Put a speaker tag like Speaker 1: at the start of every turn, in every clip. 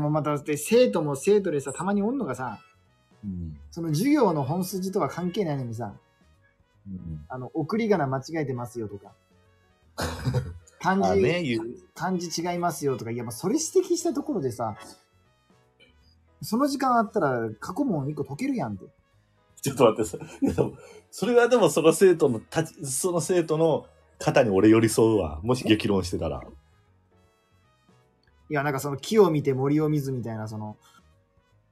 Speaker 1: もうまた、で、生徒も生徒でさ、たまにおんのがさ、
Speaker 2: うん。
Speaker 1: その授業の本筋とは関係ないのにさ、
Speaker 2: うん。
Speaker 1: あの、送り仮名間違えてますよと か、漢
Speaker 2: あ
Speaker 1: 字、
Speaker 2: ね、言う。
Speaker 1: 漢字違いますよとか、いや、まあ、それ指摘したところでさ、その時間あったら過去問1個解けるやんって。
Speaker 2: ちょっと待って、そいやでもそれはでもその生徒のたち、その生徒の肩に俺寄り添うわ。もし激論してたら。
Speaker 1: いや、なんかその木を見て森を見ずみたいな、その、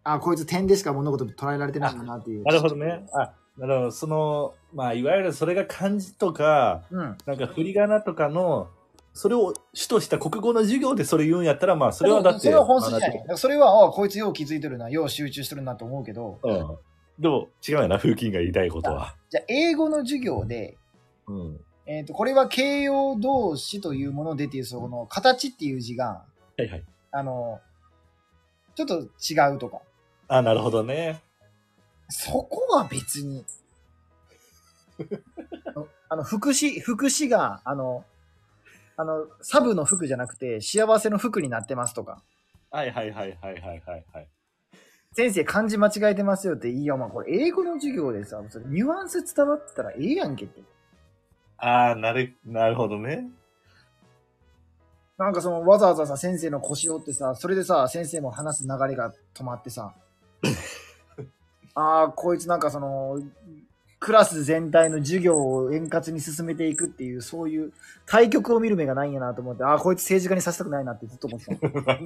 Speaker 1: あ、こいつ点でしか物事捉えられてないんだなっていう。
Speaker 2: なるほどね。あ、なるほど。その、まあ、いわゆるそれが漢字とか、
Speaker 1: うん。
Speaker 2: なんか振り仮名とかの、それを主とした国語の授業でそれ言うんやったら、まあ、それはだって。
Speaker 1: それは本筋じゃない。だからそれは、あこいつよう気づいてるな、よう集中してるなと思うけど、
Speaker 2: うん。でも、違うよな、風琴が言いたいことは。
Speaker 1: じゃあ英語の授業で、
Speaker 2: うん。
Speaker 1: えっ、と、これは形容動詞というものでっていう、その、形っていう字が、
Speaker 2: はいはい。
Speaker 1: あの、ちょっと違うとか。
Speaker 2: あ、なるほどね。
Speaker 1: そこは別に。 あのあの、福祉、福祉が、あの、あの、サブの服じゃなくて、幸せの服になってますとか。
Speaker 2: はいはいはいはいはいはいはい。
Speaker 1: 先生、漢字間違えてますよって、いいよ、まあ、これ、英語の授業でさ、それニュアンス伝わってたらええやんけって。
Speaker 2: ああ、なる、なるほどね。
Speaker 1: なんかその、わざわざさ、先生の腰を折ってさ、それでさ、先生も話す流れが止まって さ、ああ、こいつなんかその、クラス全体の授業を円滑に進めていくっていう、そういう対局を見る目がないんやなと思って、ああ、こいつ政治家にさせたくないなってずっと思って た。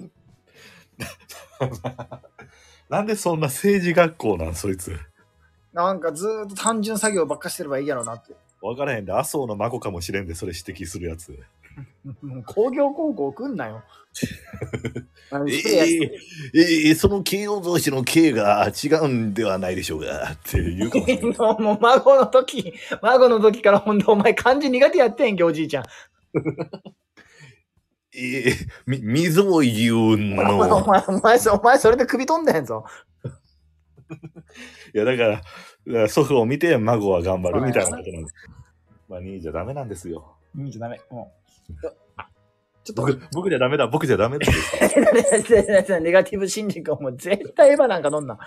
Speaker 2: なんでそんな政治学校なん、そいつ。
Speaker 1: なんかずーっと単純作業ばっかしてればいいやろうなって。
Speaker 2: わからへんで、麻生の孫かもしれんで、それ指摘するやつ。
Speaker 1: もう工業高校来んなよ。 あの
Speaker 2: え
Speaker 1: 失礼や
Speaker 2: えええその形容動詞の形が違うんではないでしょうかって言うかもしれ ない。
Speaker 1: もうもう孫の時、孫の時からほんとお前漢字苦手やってんけ、おじいちゃん。
Speaker 2: ええみ、溝を言う
Speaker 1: お
Speaker 2: の。
Speaker 1: 前、お前、お前それで首飛んだやんぞ。
Speaker 2: いや、だから、だから祖父を見て孫は頑張るみたいなことなんです。まあ、兄じゃダメなんですよ。
Speaker 1: うん、じゃダ メ。もう。ちょっと、
Speaker 2: 僕、僕じゃダメだ、僕じゃダメだ。
Speaker 1: ネガティブ新宿、お前絶対エヴァなんか飲んな。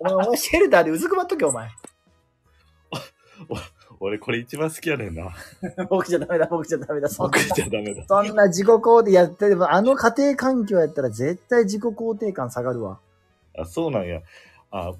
Speaker 1: お前、お前シェルターでうずくまっとけ、お前。
Speaker 2: 俺、これ一番好きやねんな。
Speaker 1: 僕じゃダメだ、僕じゃダメだ。そん
Speaker 2: 僕
Speaker 1: な、
Speaker 2: じゃダメだ。
Speaker 1: そんな自己肯定やってれば、あの家庭環境やったら絶対自己肯定感下がるわ。
Speaker 2: あ、そうなんや。あ、